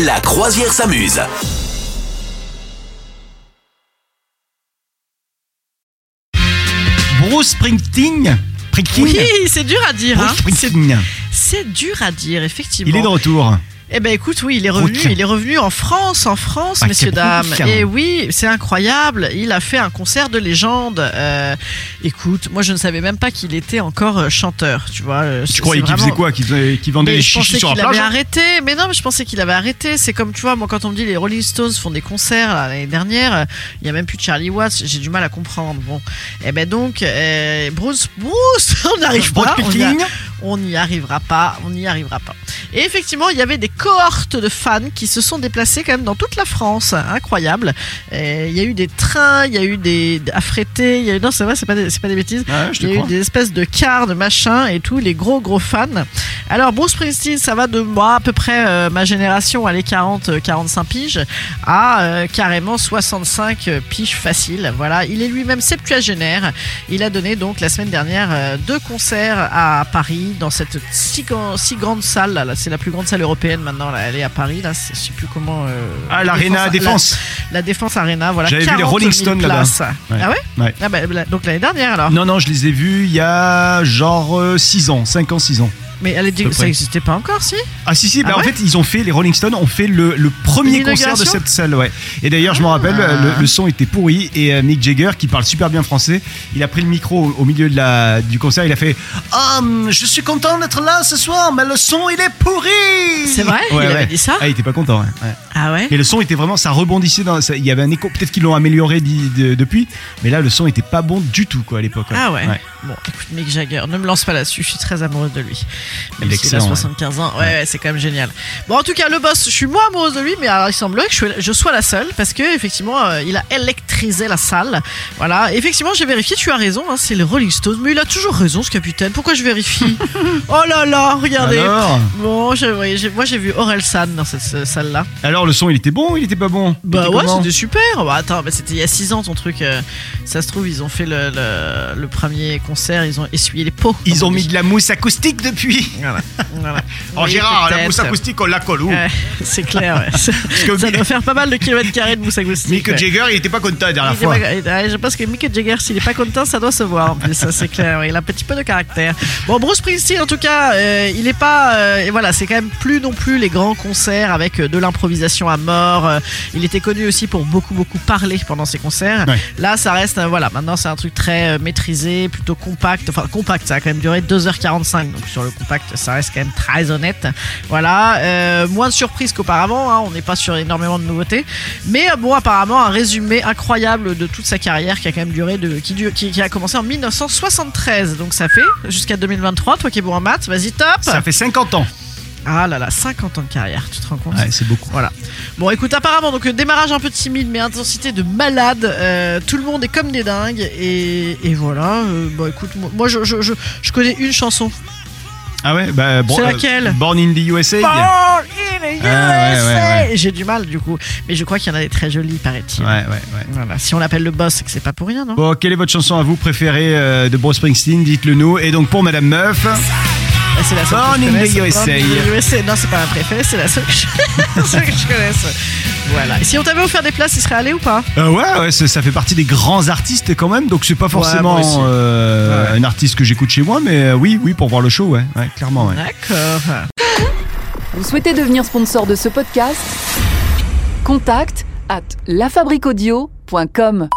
La croisière s'amuse. Bruce Springsteen. Springsteen Oui, c'est dur à dire. Bruce hein. C'est- Springsteen. C'est dur à dire, effectivement. Il est de retour. Eh ben écoute, oui, il est revenu. Brooke. Il est revenu en France, en France, Ah, messieurs c'est dames. Brooke, hein. Et oui, c'est incroyable. Il a fait un concert de légende. Euh, écoute, moi je ne savais même pas qu'il était encore euh, chanteur. Tu vois. euh, c'est- Tu croyais c'est qu'il faisait vraiment- quoi Qu'il faisait- qu'il vendait mais des je pensais chichis sur la qu'il plage hein? avait arrêté. Mais non, mais je pensais qu'il avait arrêté. C'est comme, tu vois, moi, quand on me dit les Rolling Stones font des concerts là, l'année dernière, euh, il y a même plus de Charlie Watts. J'ai du mal à comprendre. Bon, et ben donc, euh, Bruce, Bruce, on n'arrive Bruce pas. On y a- Springsteen. on n'y arrivera pas, on n'y arrivera pas. Et effectivement, il y avait des cohortes de fans qui se sont déplacés quand même dans toute la France, incroyable. Et Il y a eu des trains, il y a eu des affrétés, il y a eu non, c'est vrai, c'est pas des- c'est pas des bêtises. Ouais, je te Il y a eu crois. des espèces de cars, de machins et tout, les gros gros fans. Alors Bruce Springsteen, ça va de moi à peu près euh, ma génération, allez 40, euh, 45 piges, à euh, carrément 65 euh, piges faciles. Voilà, il est lui-même septuagénaire. Il a donné donc la semaine dernière euh, deux concerts à Paris dans cette si, grand- si grande salle. Là, là. c'est la plus grande salle européenne maintenant. Là. Elle est à Paris. Là, c'est- je sais plus comment. euh, Ah, l'Arena Défense. La, la Défense Arena. Voilà. J'avais vu les 40 000 Rolling Stones, là-bas. places. Ouais. Ah ouais. Ouais. Ah bah, la- donc l'année dernière alors. Non, non, je les ai vus il y a genre 6 ans, 5 ans, 6 ans. Mais elle est peu dit, ça près. n'existait pas encore, si Ah si si, bah, Ah ouais en fait ils ont fait les Rolling Stones ont fait le, le premier concert de L'inauguration cette salle ouais. Et d'ailleurs je me rappelle Ah. le, le son était pourri et euh, Mick Jagger qui parle super bien français, il a pris le micro au, au milieu de la du concert, il a fait "Ah, hum, je suis content d'être là ce soir, mais le son il est pourri." C'est vrai Il Ouais, avait ouais. dit ça Ah, il était pas content. ouais, ouais. Ah ouais Mais le son était vraiment ça rebondissait dans ça- il y avait un écho, peut-être qu'ils l'ont amélioré d'i- de- depuis, mais là le son était pas bon du tout quoi à l'époque. Ah ouais. Bon, écoute, Mick Jagger, ne me lance pas là-dessus, je suis très amoureuse de lui. Même Il est s'il a excellent, 75 ans, ouais, ouais, c'est quand même génial. Bon, en tout cas, le boss, je suis moins amoureuse de lui, mais alors il semblerait que je, sois- je sois la seule, parce que effectivement, euh, il a électrisé la salle. Voilà, effectivement, j'ai vérifié, tu as raison, hein, c'est les Rolling Stones, mais il a toujours raison, ce capitaine. Pourquoi je vérifie Oh là là, regardez Alors, Bon, je- oui, j'ai- moi j'ai vu Aurel San dans cette euh, salle-là. alors le son il était bon, ou il était pas bon Il Bah était ouais, comment c'était super. Bah attends, bah c'était il y a 6 ans ton truc. euh, Ça se trouve, ils ont fait le, le- le premier concert, ils ont essuyé les pots. Ils comme ont on mis dit. de la mousse acoustique depuis. Voilà. Oh Oui, Gérard, la peut-être. Euh, mousse acoustique, on la colle où Ouais, c'est clair, ouais. que ça Mi- doit faire pas mal de kilomètres carrés de mousse acoustique. Mick ouais. Jagger, il était pas content la Il dernière était fois. pas- ouais, je pense que Mick Jagger, s'il est pas content, ça doit se voir. En plus, ça, c'est clair. ouais, Il a un petit peu de caractère. Bon, Bruce Springsteen, en tout cas, euh, il est pas. euh, et voilà, c'est quand même plus non plus les grands concerts avec euh, de l'improvisation à mort. Euh, il était connu aussi pour beaucoup beaucoup parler pendant ses concerts. Ouais. Là, ça reste. euh, voilà, maintenant c'est un truc très euh, maîtrisé, plutôt compact. Enfin, compact. Ça a quand même duré 2h45. Donc sur le compact, ça reste quand même très honnête. Voilà, euh, moins de surprises qu'auparavant. hein, on n'est pas sur énormément de nouveautés. Mais euh, bon, apparemment, un résumé incroyable de toute sa carrière qui a quand même duré de, qui, dure- qui, qui a commencé en 1973. Donc ça fait jusqu'à 2023. Toi qui es bon en maths, vas-y top. Ça fait 50 ans. Ah là là, 50 ans de carrière. Tu te rends compte c'est beaucoup. voilà. Bon, écoute, apparemment, donc euh, démarrage un peu timide, mais intensité de malade. Euh, tout le monde est comme des dingues. Et, et voilà. euh, bon, écoute, moi, moi, je, je, je, je connais une chanson. Ah ouais, bah, C'est euh, laquelle Born in the USA. Born in the Ah, ouais, USA. ouais, J'ai du mal, du coup. Mais je crois qu'il y en a des très jolies, paraît-il. Ouais, ouais, ouais. Voilà. Si on l'appelle le boss, c'est que c'est pas pour rien, non Bon, quelle est votre chanson à vous préférée euh, de Bruce Springsteen Dites-le nous. Et donc pour Madame Meuf, Ah, C'est la seule Born que je in the connaisse. USA. Born in the USA. Non, c'est pas ma préférée, c'est la seule que je, seule que je connaisse. Voilà. Et si on t'avait offert des places, il serait allé ou pas Euh, ouais, ouais, ça, ça fait partie des grands artistes quand même, donc c'est pas forcément moi aussi. euh, un artiste que j'écoute chez moi, mais euh, oui, oui, pour voir le show, ouais, ouais, clairement, ouais. D'accord. Vous souhaitez devenir sponsor de ce podcast Contact à lafabriquaudio.com.